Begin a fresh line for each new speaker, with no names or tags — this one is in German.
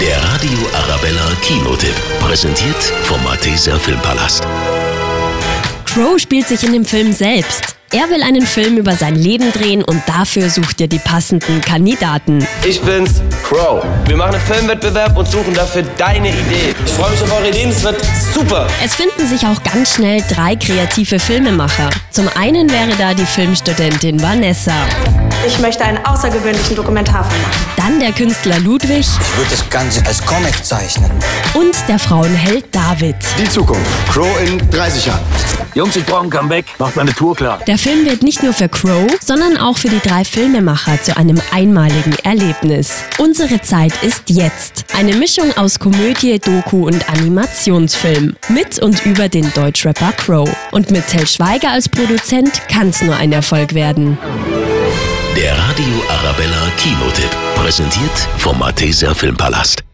Der Radio Arabella Kinotipp. Präsentiert vom Malteser Filmpalast.
Crow spielt sich in dem Film selbst. Er will einen Film über sein Leben drehen und dafür sucht er die passenden Kandidaten.
Ich bin's, Crow. Wir machen einen Filmwettbewerb und suchen dafür deine Idee. Ich freue mich auf eure Ideen, es wird super.
Es finden sich auch ganz schnell drei kreative Filmemacher. Zum einen wäre da die Filmstudentin Vanessa,
Ich möchte einen außergewöhnlichen Dokumentarfilm machen.
dann der Künstler Ludwig
Ich würde das Ganze als Comic zeichnen.
und der Frauenheld David.
Die Zukunft. Crow in 30 Jahren.
Jungs, ich brauche ein Comeback. Macht meine Tour klar.
Der Film wird nicht nur für Crow, sondern auch für die drei Filmemacher zu einem einmaligen Erlebnis. Unsere Zeit ist jetzt. Eine Mischung aus Komödie, Doku und Animationsfilm. Mit und über den Deutschrapper Crow. Und mit Till Schweiger als Produzent kann's nur ein Erfolg werden.
Der Radio Arabella Kinotipp. Präsentiert vom Malteser Filmpalast.